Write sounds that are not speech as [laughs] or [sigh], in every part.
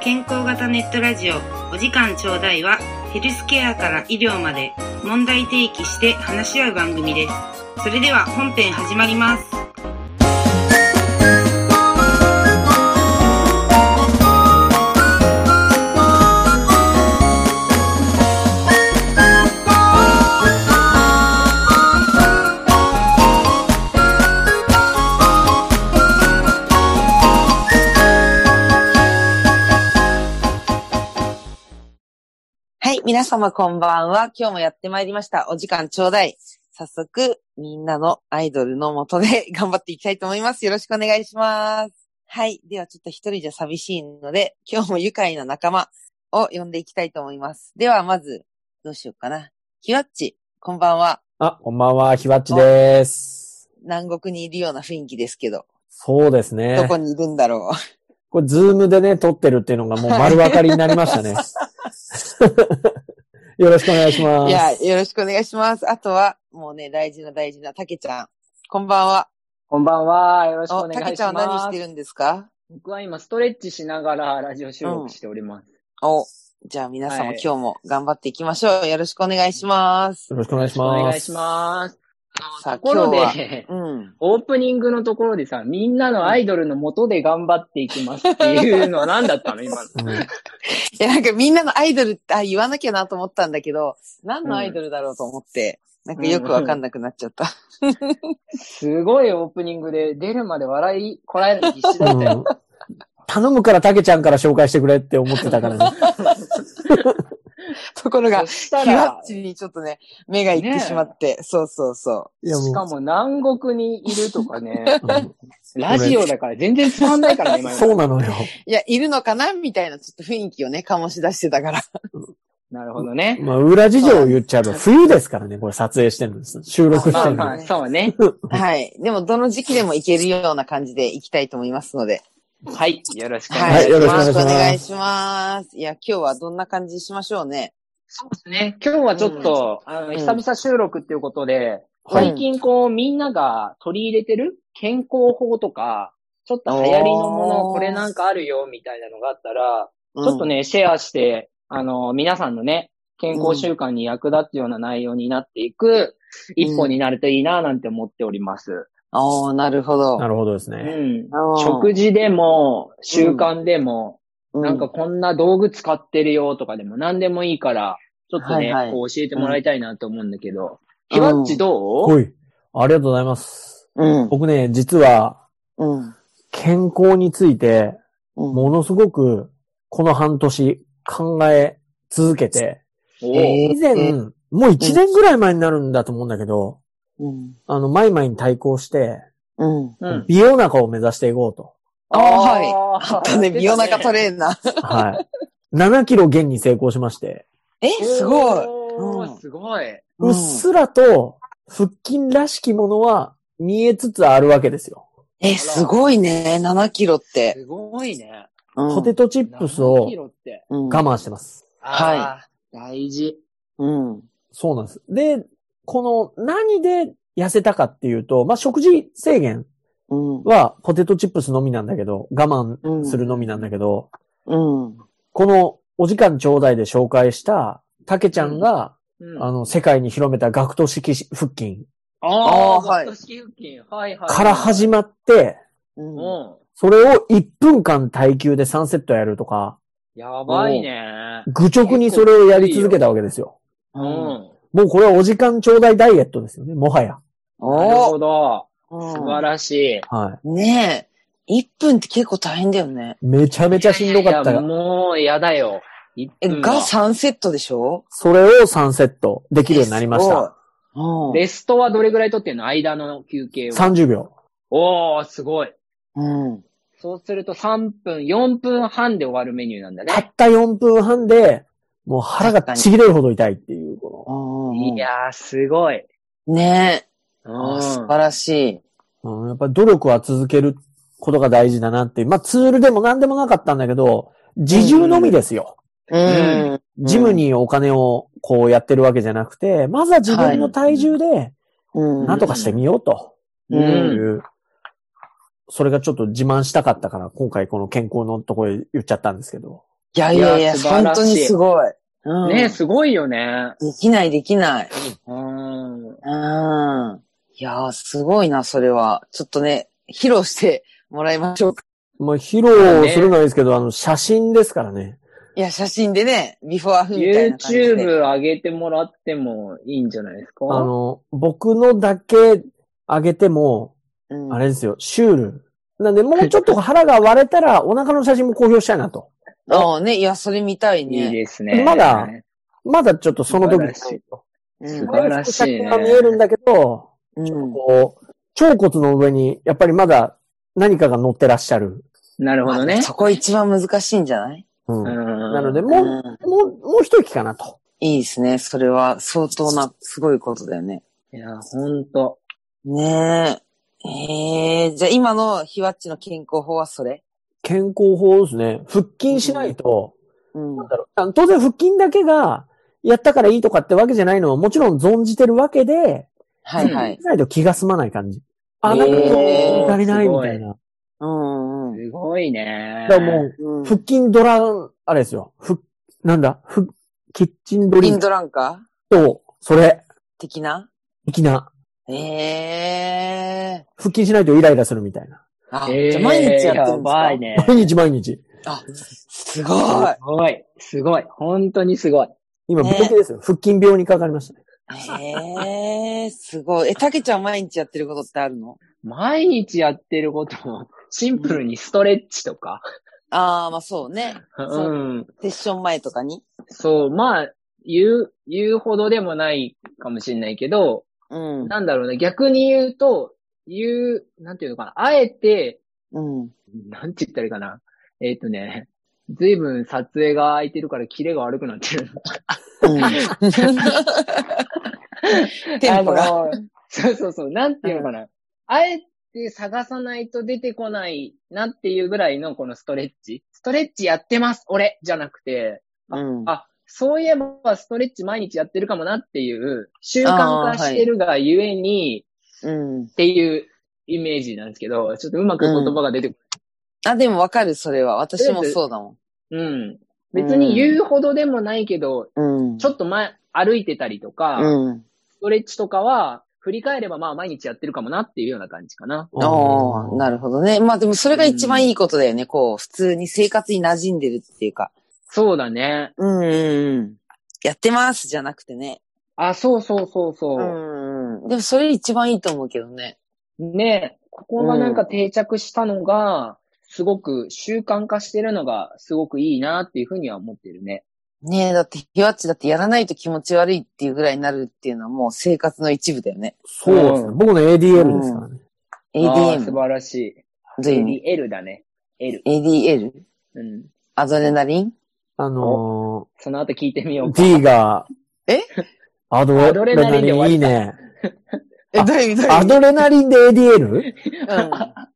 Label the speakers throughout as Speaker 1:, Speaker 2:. Speaker 1: 健康型ネットラジオお時間ちょうだいはヘルスケアから医療まで問題提起して話し合う番組ですそれでは本編始まります
Speaker 2: はい、皆様こんばんは。今日もやってまいりました。お時間ちょうだい。早速、みんなのアイドルのもとで [laughs] 頑張っていきたいと思います。よろしくお願いします。はい。ではちょっと一人じゃ寂しいので、今日も愉快な仲間を呼んでいきたいと思います。ではまず、どうしようかな。ひわっち、こんばんは。
Speaker 3: あ、こんばんは、ひわっちです。
Speaker 2: 南国にいるような雰囲気ですけど、
Speaker 3: そうです
Speaker 2: ど
Speaker 3: ね
Speaker 2: こ。にいるんだろ
Speaker 3: これ、ズームでね、撮ってるっていうのがもう丸分かりになりましたね。 [laughs] よろしくお願いし
Speaker 2: う。
Speaker 3: ま
Speaker 2: いや、
Speaker 3: す。
Speaker 2: よろしくお願いします。あとは、もうね、大事な大事なたけちゃん。こんばんは。
Speaker 4: こんばんは。よろしくお
Speaker 2: お、
Speaker 4: 願いします。
Speaker 2: たけちゃんは何してるんですか
Speaker 4: 僕は今、ストレッチしながらラジオ収録しております。
Speaker 2: お、じゃあ皆様
Speaker 4: はい
Speaker 2: 今日も頑張っていきましょう。よろしくお願いします。
Speaker 3: よろしくお願いし
Speaker 4: お
Speaker 3: ます。
Speaker 4: 願いします。
Speaker 2: さあ
Speaker 4: ところ
Speaker 2: 今日
Speaker 4: で、
Speaker 2: うん。
Speaker 4: オープニングのところでさ、みんなのアイドルの元で頑張っていきますっていうのは何だったの今の。
Speaker 3: うん
Speaker 2: いや、なんかみんなのアイドルってあ言わなきゃなと思ったんだけど、何のアイドルだろうと思って、なんかよくわかんなくなっちゃった。 [laughs]
Speaker 4: すごいオープニングで出るまで笑いこらえるの必死だった
Speaker 3: う
Speaker 4: よ。
Speaker 3: ん頼むから、たけちゃんから紹介してくれって思ってたからね。
Speaker 4: [laughs]
Speaker 2: ところが
Speaker 4: そ、し
Speaker 2: ひ
Speaker 4: た
Speaker 2: わ
Speaker 4: ら
Speaker 2: っ、ちにちょっとね、目が行ってしまって、そうそうそ
Speaker 3: いや
Speaker 4: しか
Speaker 3: も
Speaker 4: も南国にいると
Speaker 3: [laughs]
Speaker 4: かね、
Speaker 3: ううん、
Speaker 4: ラジオだから全然伝わんないからね、今の。
Speaker 3: そうなのよ。
Speaker 2: う。いや、いるのかなみたいなちょっと雰囲気をね、醸し出してた
Speaker 4: [laughs]
Speaker 2: から。
Speaker 4: なるほどね。
Speaker 3: まあ、裏事情を言っちゃえば、冬ですからね、これ撮影してるんです。収録し
Speaker 4: ま
Speaker 3: て
Speaker 4: あ
Speaker 3: る
Speaker 4: ま
Speaker 3: の
Speaker 4: あ、そうね。
Speaker 2: はい。でも、どの時期でも行けるような感じで行きたいと思いますので。
Speaker 4: はい。よろしくお
Speaker 2: は
Speaker 4: 願いします。
Speaker 2: い。
Speaker 3: はいよろしくお願いします
Speaker 2: よろ願いします。いや、今日はどんな感じにしましょうね。
Speaker 4: そうですね。今日はちょっと、あの、
Speaker 2: ん
Speaker 4: 久々収録っていうことで、
Speaker 3: はい
Speaker 4: 最近こう、みんなが取り入れてる健康法とか、ちょっと流行りのも
Speaker 2: お
Speaker 4: の、
Speaker 2: ー
Speaker 4: これなんかあるよ、みたいなのがあったら、
Speaker 2: ち
Speaker 4: ちょっとね、シェアして、あの、皆さんのね、健康習慣に役立つような内容になっていく、一歩になるといいな、なんて思っております。
Speaker 2: ああ、なるほど。
Speaker 3: なるほどです
Speaker 4: う
Speaker 3: ね。
Speaker 4: ん。
Speaker 2: あー
Speaker 4: 食事でも、習慣でも、
Speaker 2: う
Speaker 4: なんかこんな道具使ってるよとかでも何でもいいから、ちょっとね、
Speaker 2: はいはい
Speaker 4: こう教えてもらいたいなと思うんだけど。
Speaker 2: うん
Speaker 4: ひわっちどう、
Speaker 3: ほい。ありがとうございます。
Speaker 2: うん。
Speaker 3: 僕ね、実は、
Speaker 2: うん。
Speaker 3: 健康について、
Speaker 2: うん
Speaker 3: ものすごく、この半年考え続けて、
Speaker 4: おう
Speaker 2: えー
Speaker 3: 以前、もう1年ぐらい前になるんだと思うんだけど、
Speaker 2: うん。
Speaker 3: あの、マイマイに対抗して、
Speaker 2: うん。
Speaker 4: うん。
Speaker 3: 美容中を目指していこうと。
Speaker 2: ああー、はい。
Speaker 4: あ
Speaker 2: あったね、美容中トレーナー。
Speaker 3: はい。7キ [laughs] ロ減に成功しまして、
Speaker 2: え、すごい。
Speaker 4: おー
Speaker 2: うん
Speaker 4: すごい。
Speaker 3: うっすらと腹筋らしきものは見えつつあるわけですよ。
Speaker 2: え、すごいね、7キロって。
Speaker 4: すごいね。
Speaker 2: うん
Speaker 3: ポテトチップスを
Speaker 4: 7キロって。
Speaker 2: うん
Speaker 3: 我慢してます。
Speaker 4: あー。大事。
Speaker 2: うん。
Speaker 3: そうなんです。で、この何で痩せたかっていうと、まあ、食事制限
Speaker 2: うん。
Speaker 3: はポテトチップスのみなんだけど、我
Speaker 2: う
Speaker 3: 慢
Speaker 2: ん
Speaker 3: するのみなんだけど、
Speaker 2: うん。
Speaker 3: このお時間ちょうだいで紹介した、たけちゃんが、
Speaker 4: うん
Speaker 3: あの、世界に広めた学徒式し腹筋
Speaker 4: あ
Speaker 2: あーはい
Speaker 4: ガット式腹筋はいはい。
Speaker 3: から始まって、
Speaker 2: うん。
Speaker 4: うん。
Speaker 3: それを1分間耐久で3セットやるとか、
Speaker 4: やばいね。
Speaker 3: 愚直にそれをやり続けたわけですよ。
Speaker 4: う
Speaker 2: うん。
Speaker 4: ん。
Speaker 3: もうこれはお時間ちょうだいダイエットですよね、もはや。
Speaker 4: なる
Speaker 2: お
Speaker 4: ほど。素晴
Speaker 2: ー
Speaker 4: らしい。
Speaker 3: は
Speaker 2: うんねえ。1分って結構大変だよね。
Speaker 3: い。めちゃめちゃしんどかった
Speaker 4: いや
Speaker 3: が、
Speaker 4: もう、やだよ。一
Speaker 2: え、
Speaker 4: 分
Speaker 2: が
Speaker 4: は
Speaker 2: 3セットでしょ
Speaker 3: それを3セットできるようになりました。
Speaker 2: すごい
Speaker 4: レストはどれぐらい取ってんの間の休憩は。
Speaker 3: 30秒。
Speaker 4: おー、すごい。
Speaker 2: うん。うん。
Speaker 4: そうすると3分、4分半で終わるメニューなんだ
Speaker 3: た
Speaker 4: ね。
Speaker 3: った4分半で、もう腹がちぎれるほど痛いっていう、こ
Speaker 2: うん
Speaker 4: いやー、すごい。
Speaker 2: ねえ。
Speaker 4: う
Speaker 2: あー素
Speaker 4: ん。
Speaker 2: 晴らしい。
Speaker 3: の、うん、やっぱり努力は続けることが大事だなっていう。まあツールでも何でもなかったんだけど、自重のみですよ。
Speaker 2: うん。
Speaker 3: ジムにお金をこうやってるわけじゃなくて、まずは自分の体重で、
Speaker 2: うん。
Speaker 3: なんとかしてみようと
Speaker 2: う
Speaker 3: い
Speaker 2: ん
Speaker 3: うそれがちょっと自慢したかったから、今回この健康のところ言っちゃったんですけど。
Speaker 2: いやいやいや、
Speaker 4: いや素晴
Speaker 2: 本
Speaker 4: らしい
Speaker 2: 当にすごい。うん、
Speaker 4: ねすごいよね。
Speaker 2: できないできない。
Speaker 4: うん。
Speaker 2: うん。いやー、すごいな、それは。ちょっとね、披露してもらいましょうか。
Speaker 3: まあ、披露するのはいいですけど、あの、写真ですからね。
Speaker 2: いや、写真でね、ビフォーアフみたいな感じで。
Speaker 4: YouTube 上げてもらってもいいんじゃないですか
Speaker 3: あの、僕のだけ上げても、
Speaker 2: うん、
Speaker 3: あれですよ、シュール。なんで、もうちょっと腹が割れたら、お腹の写真も公表したいなと。
Speaker 2: ああね、いや、それ見たい
Speaker 4: いい
Speaker 2: ね。
Speaker 4: ですね。
Speaker 3: まだまだちょっとその時
Speaker 4: 素晴らしい
Speaker 2: うん
Speaker 4: すごい晴らしいね
Speaker 3: 写真が見えるんだけど、
Speaker 2: うん。
Speaker 3: こう、腸骨の上に、やっぱりまだ何かが乗ってらっしゃる。
Speaker 4: なるほど
Speaker 2: まあ
Speaker 4: ね。
Speaker 2: そこ一番難しいんじゃない
Speaker 3: うん。な
Speaker 4: な
Speaker 3: ので、
Speaker 2: う
Speaker 3: もう、も
Speaker 2: ん。
Speaker 3: う、もう一息かなと。
Speaker 2: いいですね。それは相当な、すごいことだよね。
Speaker 4: いや、ほんと。
Speaker 2: ねえ。ええじゃあ今のひわっちの健康法はそれ
Speaker 3: 健康法ですね。腹筋しないと、
Speaker 2: うん。
Speaker 3: なんだろうあの当然腹筋だけが、やったからいいとかってわけじゃないのはもちろん存じてるわけで、
Speaker 2: はいはい
Speaker 3: し。ないと気が済まない感じ。あ、なんか
Speaker 2: へー
Speaker 3: 足りないみたいな。
Speaker 2: うんうん。
Speaker 4: すごいね。
Speaker 3: だからも
Speaker 2: う
Speaker 3: う、
Speaker 2: ん。
Speaker 3: 腹筋ドラ、あれですよ。腹、なんだ腹、キッチンドリ
Speaker 2: イ
Speaker 3: ン
Speaker 2: ン
Speaker 3: ク
Speaker 2: ドランカー
Speaker 3: と、それ、
Speaker 2: 的な
Speaker 3: 的な。
Speaker 2: ええ
Speaker 3: 腹筋しないとイライラするみたいな。
Speaker 2: あ、
Speaker 4: えー
Speaker 2: じゃあ毎日やってるんです
Speaker 4: やば
Speaker 2: か
Speaker 4: いね。
Speaker 3: 毎日毎日。
Speaker 2: あ、 [laughs] すごい
Speaker 4: す。ごい。すごい。本当にすごい。
Speaker 3: 今、
Speaker 2: ね
Speaker 3: 病気ですよ。腹筋病にかかりました
Speaker 2: え
Speaker 3: ね。
Speaker 2: えすごい。え、たけちゃん毎日やってることってあるの
Speaker 4: 毎日やってること [laughs] も、シンプルにストレッチとか。
Speaker 2: ああ、まあそうね。
Speaker 4: う
Speaker 2: そ
Speaker 4: ん。
Speaker 2: セッション前とかに。
Speaker 4: そう、まあ、言う、言うほどでもないかもしれないけど、
Speaker 2: うん。
Speaker 4: なんだろうね。逆に言うと、言う、なんていうのかな。あえて、
Speaker 2: うん。
Speaker 4: なんて言ったらいいかな。えっ、とね、ずいぶん撮影が空いてるからキレが悪くなってる。 [laughs]
Speaker 2: テンポが。
Speaker 4: あのーそうそうそう。なんていうのかな。あえて探さないと出てこないなっていうぐらいのこのストレッチ。ストレッチやってます、俺じゃなくて、
Speaker 2: うん。
Speaker 4: あ、そういえばストレッチ毎日やってるかもなっていう、習慣化してるがゆえに
Speaker 2: うん。
Speaker 4: っていうイメージなんですけど、ちょっとうまく言葉が出てこ
Speaker 2: あ、でもわかる、それは。私もそうだも
Speaker 4: ない。うん。別に言うほどでもないけど、
Speaker 2: ん。うん。
Speaker 4: ちょっと前、歩いてたりとか、
Speaker 2: うん。
Speaker 4: ストレッチとかは、振り返ればまあ毎日やってるかもなっていうような感じかな。
Speaker 2: ああ、な
Speaker 3: る
Speaker 2: るほどね。まあでもそれが一番いいことだよね。こう、普通に生活に馴染んでるっていうか。
Speaker 4: そうだね。
Speaker 2: うんうんうん。やってますじゃなくてね。
Speaker 4: あ、そうそうそうそうう。
Speaker 2: んうん。でもそれ一番いいと思うけどね。
Speaker 4: ねえここがなんか定着したのが、すごく習慣化してるのがすごくいいなっていうふうには思ってるね。
Speaker 2: ねえ、だって、ひわっちだってやらないと気持ち悪いっていうぐらいになるっていうのはもう生活の一部だよね。
Speaker 3: そうですね。
Speaker 4: うん
Speaker 3: 僕の ADL ですからね。
Speaker 4: ああ素
Speaker 2: ADM。
Speaker 4: 晴らしい。
Speaker 2: どういう意味
Speaker 4: ADL だね。L。
Speaker 2: ?ADL?
Speaker 4: うん。
Speaker 2: アドレナリン
Speaker 3: あの
Speaker 4: その後聞いてみよ
Speaker 3: ー、
Speaker 4: うか。
Speaker 3: D が、
Speaker 2: え
Speaker 3: アド
Speaker 4: アド
Speaker 3: レ
Speaker 4: レナ
Speaker 3: ナ
Speaker 4: リンで終
Speaker 3: リ
Speaker 4: わ
Speaker 3: ンいい
Speaker 4: り
Speaker 3: ね。
Speaker 2: え、どういう意味どういう
Speaker 3: ア
Speaker 2: 意味
Speaker 3: ドレナリンで ADL?
Speaker 2: うん
Speaker 3: あ、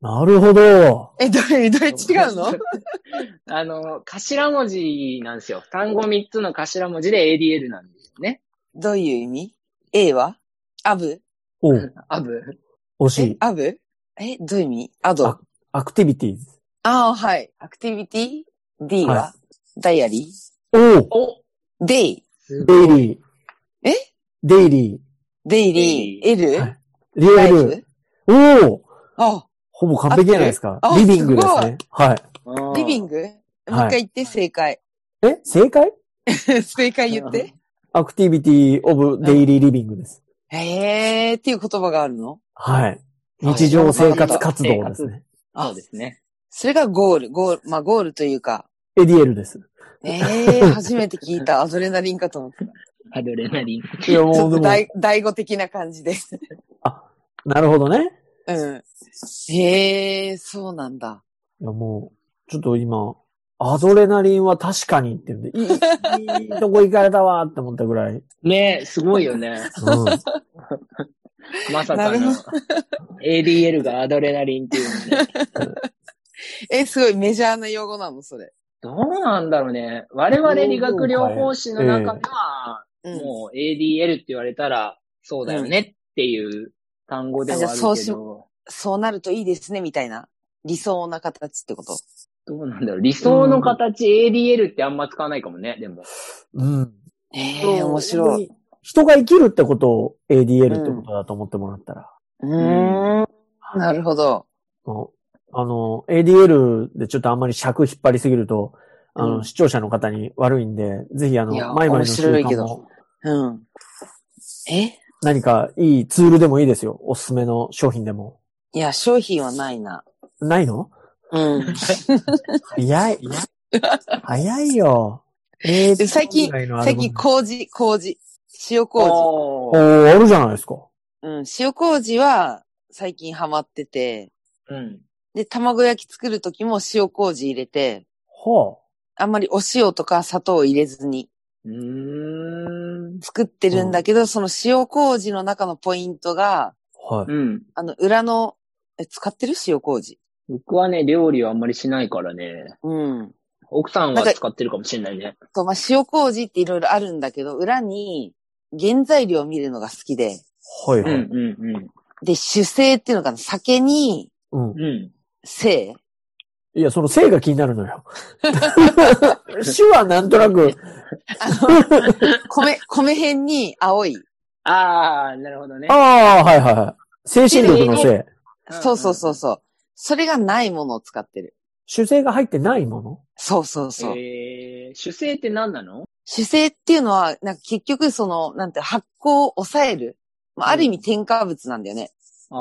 Speaker 3: なるほど。
Speaker 2: え、どういう意味どういう違うの
Speaker 4: [laughs] あの、頭文字なんですよ。単語3つの頭文字で ADL なんですよね。
Speaker 2: どういう意味 ?A はアブ
Speaker 3: おう
Speaker 4: アブ。
Speaker 3: 惜し
Speaker 2: え
Speaker 3: い、。
Speaker 2: アブえ、どういう意味アド。
Speaker 3: あ
Speaker 2: あ
Speaker 3: アクティビティーズ。
Speaker 2: あー、はい。アクティビティ ?D は、
Speaker 3: は
Speaker 2: ダイアリ
Speaker 3: おう
Speaker 4: お
Speaker 2: ーデイ
Speaker 4: す
Speaker 3: デイリー。
Speaker 2: え
Speaker 3: デイリ
Speaker 2: デイリー、
Speaker 3: は
Speaker 2: L?
Speaker 3: いー。リ
Speaker 2: ラ
Speaker 3: ア
Speaker 2: イ
Speaker 3: ル
Speaker 2: フ。
Speaker 3: おお
Speaker 2: あ、
Speaker 3: ほぼ完璧じゃないですか
Speaker 2: 合。ってるあ
Speaker 3: リビングですね。はい。
Speaker 2: リビン
Speaker 4: グ。
Speaker 2: グもう一回言って正解。 [laughs]
Speaker 3: え正解
Speaker 2: 正解言って。
Speaker 3: アクティビティオブデイリーリビングです。
Speaker 2: へーっていう言葉があるの
Speaker 3: はい。
Speaker 4: あ
Speaker 3: 日常生活活動ですね。
Speaker 2: あ
Speaker 4: そうですね。
Speaker 2: それがゴール、ゴール、まあゴールという
Speaker 3: [laughs]
Speaker 2: か、
Speaker 3: ADL です。
Speaker 2: えー、初めて聞いたアドレナリンかと思った。
Speaker 4: アドレナリン。
Speaker 3: いや、
Speaker 2: ちょ
Speaker 3: もう
Speaker 2: っ
Speaker 3: で
Speaker 2: と
Speaker 3: も、
Speaker 2: 大、大語的な感じです。
Speaker 3: なるほどね。
Speaker 2: うん。へーそうなんだ。
Speaker 3: いや、もう、ちょっと今、アドレナリンは確かにって言うんで、いい、いいとこ行かれたわーって思ったぐらい。うん。
Speaker 4: ねえすごいよね。まさか
Speaker 2: なる
Speaker 4: の ADL がアドレナリンっていうのね。
Speaker 2: え、すごいメジャーな用語なの、それ。
Speaker 4: どうなんだろうね。我々理学療法士の中では、
Speaker 2: うん。
Speaker 4: もう ADL って言われたら、そうだよねっていう単語ではあるけ
Speaker 2: あじゃあそうし
Speaker 4: ど。
Speaker 2: そうなるといいですね、みたいな。理想な形ってこと。
Speaker 4: どうなんだろう。理想の形、ADL ってあんま使わないかもね、でも。
Speaker 3: うん。
Speaker 2: え
Speaker 3: そう
Speaker 2: え面白い。。
Speaker 3: 本当に人が生きるってことを ADL ってことだと思ってもらったら。
Speaker 2: うーん。なるほど。
Speaker 3: もうあの、ADL でちょっとあんまり尺引っ張りすぎると、あの、
Speaker 2: うん
Speaker 3: 視聴者の方に悪いんで、ぜひあの
Speaker 2: いや、
Speaker 3: 毎々の
Speaker 2: 面
Speaker 3: 習
Speaker 2: 白いけ
Speaker 3: 慣
Speaker 2: ど
Speaker 3: も
Speaker 2: うん。え
Speaker 3: 何かいいツールでもいいですよ。おすすめの商品でも。
Speaker 2: いや、商品はないな。
Speaker 3: ないの
Speaker 2: うん。[laughs]
Speaker 3: 早い。早いよ。え
Speaker 2: で最近、最近、麹、麹。塩麹。
Speaker 3: お
Speaker 4: おー
Speaker 3: ーあるじゃないですか。
Speaker 2: うん。塩麹は最近ハマってて、
Speaker 4: うん。
Speaker 2: で、卵焼き作る時も塩麹入れて、
Speaker 3: は
Speaker 2: あんまりお塩とか砂糖を入れずに
Speaker 4: うーん。
Speaker 2: 作ってるんだけど、その塩麹の中のポイントが、
Speaker 3: あ。はい。
Speaker 4: うん。
Speaker 2: あの、裏の、え、使ってる塩麹。
Speaker 4: 僕はね、料理はあんまりしないからね。
Speaker 2: うん。
Speaker 4: 奥さん
Speaker 2: なん
Speaker 4: は
Speaker 2: か
Speaker 4: 使ってるかもしれないね。
Speaker 2: と、まあ、塩麹っていろいろあるんだけど、裏に原材料を見るのが好きで、
Speaker 3: はいうはい。
Speaker 4: ん、うん、
Speaker 2: で、主成っていうのかな、酒に、
Speaker 3: うん。
Speaker 4: うん。うん。
Speaker 2: 生。
Speaker 3: いや、その性が気にな
Speaker 2: [laughs]
Speaker 3: るのよ。種はなんとなく、
Speaker 2: あの、米、米辺に青い。
Speaker 4: あー、なるほどね。
Speaker 3: ああ、はいはいはい。精神力の性。
Speaker 4: うん
Speaker 2: そうそうそうそう。それがないものを使ってる。
Speaker 3: 主性が入ってないもの
Speaker 2: そうそうそう。
Speaker 4: えー、主成って何なの
Speaker 2: 主成っていうのは、なんか結局その、なんて発酵を抑える。まあ、ある意味添加物なんだよね。
Speaker 4: あ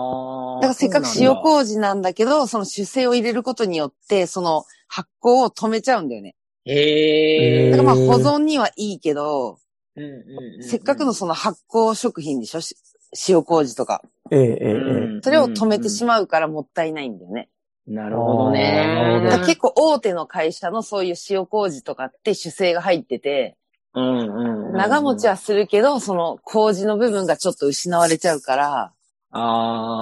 Speaker 4: ー。
Speaker 2: だからせっかく
Speaker 4: そうな
Speaker 2: 塩
Speaker 4: んだ
Speaker 2: 麹なんだけど、その主成を入れることによって、その発酵を止めちゃうんだよね。
Speaker 4: へ
Speaker 3: へ
Speaker 2: だ
Speaker 4: ー
Speaker 2: からまあ保存にはいいけど、
Speaker 4: うんうんうん。
Speaker 2: せっかくのその発酵食品でしょし塩麹とか。
Speaker 3: ええええ
Speaker 4: う
Speaker 3: え
Speaker 4: ん、
Speaker 3: え
Speaker 2: それを止めてし
Speaker 4: ま
Speaker 2: まうからもったいないんだよね。
Speaker 4: うん。なるほどね
Speaker 3: あー。
Speaker 2: だ
Speaker 3: なる
Speaker 2: から
Speaker 3: ほど
Speaker 2: 結構大手の会社のそういう塩麹とかって主成が入ってて、
Speaker 4: うんうんうん。
Speaker 2: 長持ちはするけど、その麹の部分がちょっと失われちゃうから、だから
Speaker 4: あ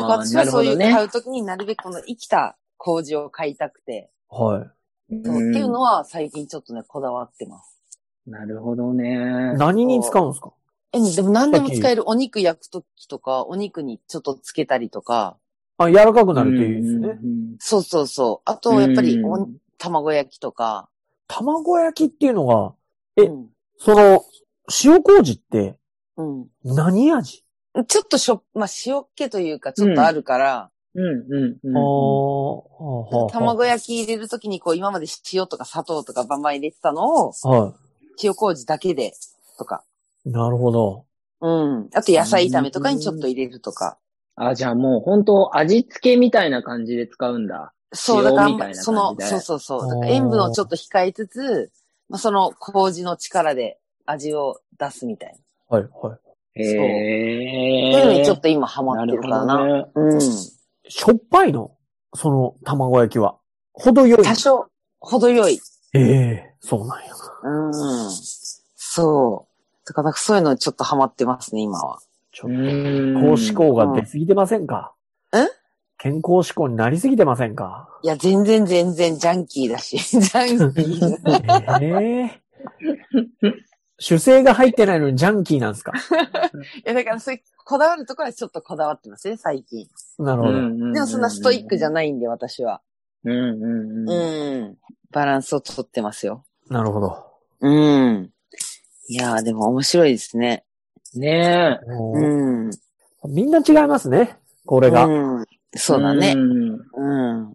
Speaker 4: あ、
Speaker 2: 私
Speaker 4: な
Speaker 2: は
Speaker 4: る
Speaker 2: そ
Speaker 4: ほ
Speaker 2: うい
Speaker 4: ど
Speaker 2: う
Speaker 4: ね。
Speaker 2: 買うときになるべくこの生きた麹を買いたくて、
Speaker 3: は
Speaker 2: そうっていうのは最近ちょっとね、こだわってます。
Speaker 4: うんなるほどね。
Speaker 3: い。何に使うんですか
Speaker 2: え、でも何でも使えるお肉焼くときとか、お肉にちょっとつけたりとか、
Speaker 3: あ、柔らかくなるといいですね。
Speaker 4: うん
Speaker 2: そうそうそう。あと、やっぱりお、
Speaker 4: うん
Speaker 2: 卵焼きとか、
Speaker 3: 卵焼きっていうのが、え
Speaker 2: うん。
Speaker 3: その、塩麹って
Speaker 2: うん。
Speaker 3: 何味、
Speaker 2: ちょっとしょ、まあ、塩っ気というか、ちょっとあるから、
Speaker 4: うんうんうん。
Speaker 3: あーはあ、は
Speaker 2: 卵焼き入れるときにこう今まで塩とか砂糖とかバンバン入れてたのを
Speaker 3: あ、は
Speaker 2: 塩麹だけでとか。
Speaker 3: い。なるほど。
Speaker 2: うん。あと野菜炒めとかにちょっと入れるとか。
Speaker 4: あ、じゃあもう本当味付けみたいな感じで使うんだ。
Speaker 2: そう、だからあん
Speaker 4: 塩みたい
Speaker 2: ま、
Speaker 4: な感じで
Speaker 2: その、そうそうそう。だから塩分をちょっと控えつつ、まあ、その麹の力で味を出すみたい
Speaker 3: はい、はい。
Speaker 4: へ
Speaker 2: な。そういうの
Speaker 4: え。
Speaker 2: にちょっと今ハマ
Speaker 4: な
Speaker 2: って
Speaker 4: る
Speaker 2: る
Speaker 4: ほ
Speaker 2: からな。
Speaker 4: どね。
Speaker 2: うん。
Speaker 3: しょっぱいのその、卵焼きは。程よい。
Speaker 2: 多少、程よい。
Speaker 3: ええそうなんや。
Speaker 2: うん。そう。だからなんかそういうのちょっとハマってますね、今は。
Speaker 3: ちょ
Speaker 4: う
Speaker 3: っと
Speaker 4: ん
Speaker 3: 健康志向が出すぎてませんか
Speaker 2: うんえ
Speaker 3: 健康志向になりすぎてませんか
Speaker 2: いや、全然全然ジャンキーだし、 [laughs] ジャ
Speaker 4: [laughs]
Speaker 2: ンキー。
Speaker 3: ええ主性が入ってないのにジャンキーなんですか
Speaker 2: いや、だからそういう、こだわるところはちょっとこだわってますね、最近。
Speaker 3: なるほど。
Speaker 2: でもそんなストイックじゃ
Speaker 4: ん。
Speaker 2: ないんで、私は。
Speaker 4: うんうん
Speaker 2: う
Speaker 4: うん。
Speaker 2: ん。バランスをとってますよ。
Speaker 3: なるほど。
Speaker 2: うん。いやー、でも面白いですね。
Speaker 4: ねえ。
Speaker 3: もう
Speaker 2: うん。
Speaker 3: みんな違いますね。これが。
Speaker 2: うん、そうだね。
Speaker 4: ん。
Speaker 2: うん。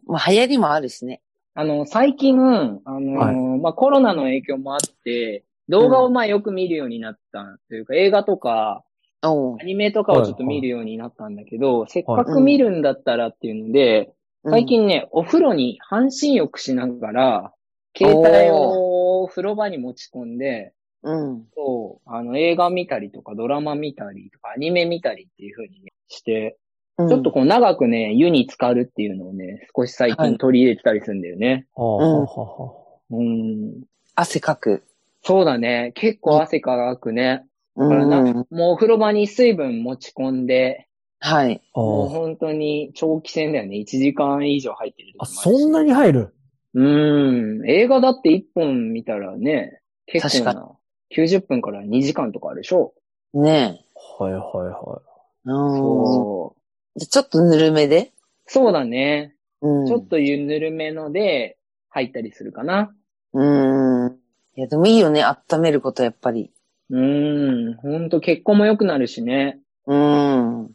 Speaker 2: まあ、流行りもあるしね。
Speaker 4: あの、最近、あのー
Speaker 3: は
Speaker 4: まあ、コロナの影響もあって、動画をまあよく見るようになったというか、映画とか、
Speaker 2: おう
Speaker 4: アニメとかをちょっと見るようになったんだけど、せっかく見るんだったらっていうので、最、近ね、お風呂に半身浴しながら、携帯を風呂場に持ち込んで、
Speaker 2: うん。うん。
Speaker 4: そう、あの、映画見たりとか、ドラマ見たりとか、アニメ見たりっていう風にね、して、
Speaker 2: うん
Speaker 4: ちょっと、こう長くね、湯に浸かるっていうのをね、少し最
Speaker 2: はい
Speaker 4: 近取り入れてたりするんだよね。
Speaker 3: はあはあは
Speaker 4: うん。
Speaker 2: 汗かく。
Speaker 4: そうだね。結構汗かくね。
Speaker 2: う。
Speaker 4: からなんもうお風呂場に水分持ち込んで、
Speaker 2: はい。
Speaker 3: あ
Speaker 4: もう
Speaker 3: は
Speaker 4: 本当に長期戦だよね。1時間以上入ってる時
Speaker 3: ああ、
Speaker 4: も
Speaker 3: そ
Speaker 4: るし
Speaker 3: んなに入る
Speaker 4: うん。映画だって1本見たらね、結構
Speaker 2: 確
Speaker 4: な。90分から2時間とかあるでしょ
Speaker 2: ねえ。
Speaker 3: はいはいは
Speaker 2: うん
Speaker 4: そ
Speaker 2: でちょっとぬるめで。
Speaker 4: そうだね。
Speaker 2: うん
Speaker 4: ちょっとゆぬるめので入ったりするかな。
Speaker 2: うん。いや、でもいいよね、温めること、やっぱり。
Speaker 4: うーん。ほんと血行も良くなるしね。
Speaker 2: うん。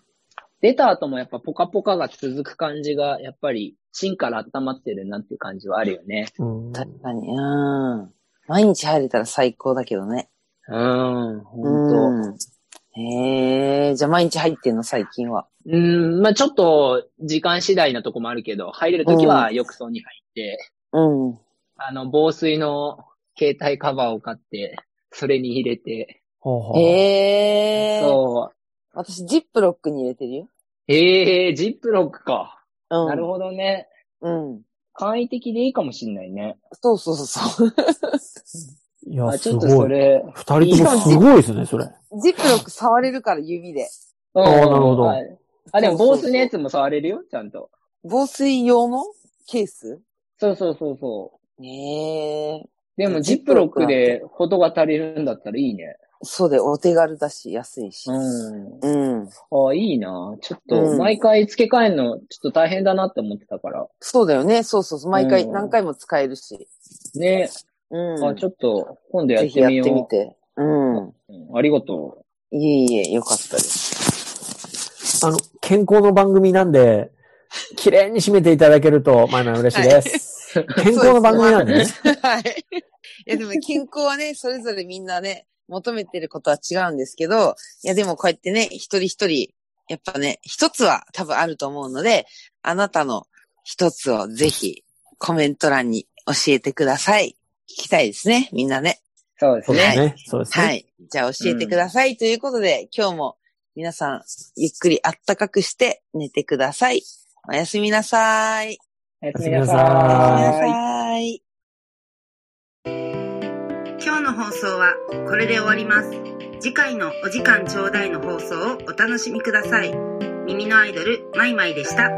Speaker 4: 出た後もやっぱポカポカが続く感じが、やっぱり芯から温まってるなっていう感じはあるよね。
Speaker 3: うん
Speaker 2: 確かに、うん。毎日入れたら最高だけどね。
Speaker 4: うーん。ほんと。
Speaker 2: うん。へえ、じゃあ毎日入ってんの、最近は。
Speaker 4: うーん。まあちょっと時間次第なとこもあるけど、入れるときは浴槽に入って、
Speaker 2: うん。
Speaker 4: あの、防水の携帯カバーを買って、それに入れて、
Speaker 3: ほうほう
Speaker 2: へえ。
Speaker 4: そう。
Speaker 2: 私、ジップロックに入れてるよ。
Speaker 4: ええー、ジップロックか。
Speaker 2: うん。
Speaker 4: なるほどね。
Speaker 2: ど。うん。
Speaker 4: 簡易的でいいかもしんないね。
Speaker 2: そうそうそうそう。
Speaker 3: いや、
Speaker 4: あ、ち
Speaker 3: す
Speaker 4: ょっと
Speaker 3: ご
Speaker 4: そ
Speaker 3: い。
Speaker 4: れ。
Speaker 3: 二人ともすごいですね、それ。
Speaker 2: [laughs] ジップロック触れるから指で。
Speaker 4: うん
Speaker 3: あーなるほど
Speaker 4: はいあ、でも
Speaker 2: そうそうそ
Speaker 4: 防
Speaker 2: う
Speaker 4: 水のやつも触れるよ、ちゃんと。
Speaker 2: 防水用のケース
Speaker 4: そうそうそうそう。
Speaker 2: ねえ。
Speaker 4: でも、ジップロックで程が足りるんだったらいいね。
Speaker 2: そうだよ、お手軽だし、安いし。
Speaker 4: うん。
Speaker 2: うん。
Speaker 4: ああ、いいな。ちょっ
Speaker 2: う
Speaker 4: と、
Speaker 2: ん
Speaker 4: 毎回付け替えるの、ちょっと大変だなって思ってたから。
Speaker 2: そうだよね、そうそうそう、毎回
Speaker 4: うん
Speaker 2: 何回も使えるし。
Speaker 4: ね。
Speaker 2: うん。
Speaker 4: あ、ちょっと、今度や
Speaker 2: ぜ
Speaker 4: っ
Speaker 2: ひ
Speaker 4: て
Speaker 2: やっ
Speaker 4: みよう。
Speaker 2: てみて。うん。
Speaker 4: うんありがと
Speaker 2: いえいえ、よかったです。
Speaker 3: あの、健康の番組なんで、綺麗に締めていただけると、まあまあ嬉しいです。健康の番組なんでね。
Speaker 2: はい。いや、でも健康はね、それぞれみんなね、求めてることは違うんですけど、いや、でもこうやってね、一人一人、やっぱね、一つは多分あると思うので、あなたの一つをぜひコメント欄に教えてください。聞きたいですね、みんなね。
Speaker 4: そうです
Speaker 3: そうで
Speaker 4: ね。
Speaker 3: すね。そうですね。
Speaker 2: はい。じゃあ教えてください。ということで、今日も皆さん、ゆっくりあったかくして寝てください。おやすみなさい。
Speaker 4: おや
Speaker 3: すみな
Speaker 2: [laughs]
Speaker 3: さ
Speaker 2: おや
Speaker 3: ー
Speaker 2: すみな
Speaker 4: ーい。
Speaker 2: さい。
Speaker 1: 今日の放送はこれで終わります。次回のお時間ちょうだいの放送をお楽しみください。耳のアイドル、マイマイでした。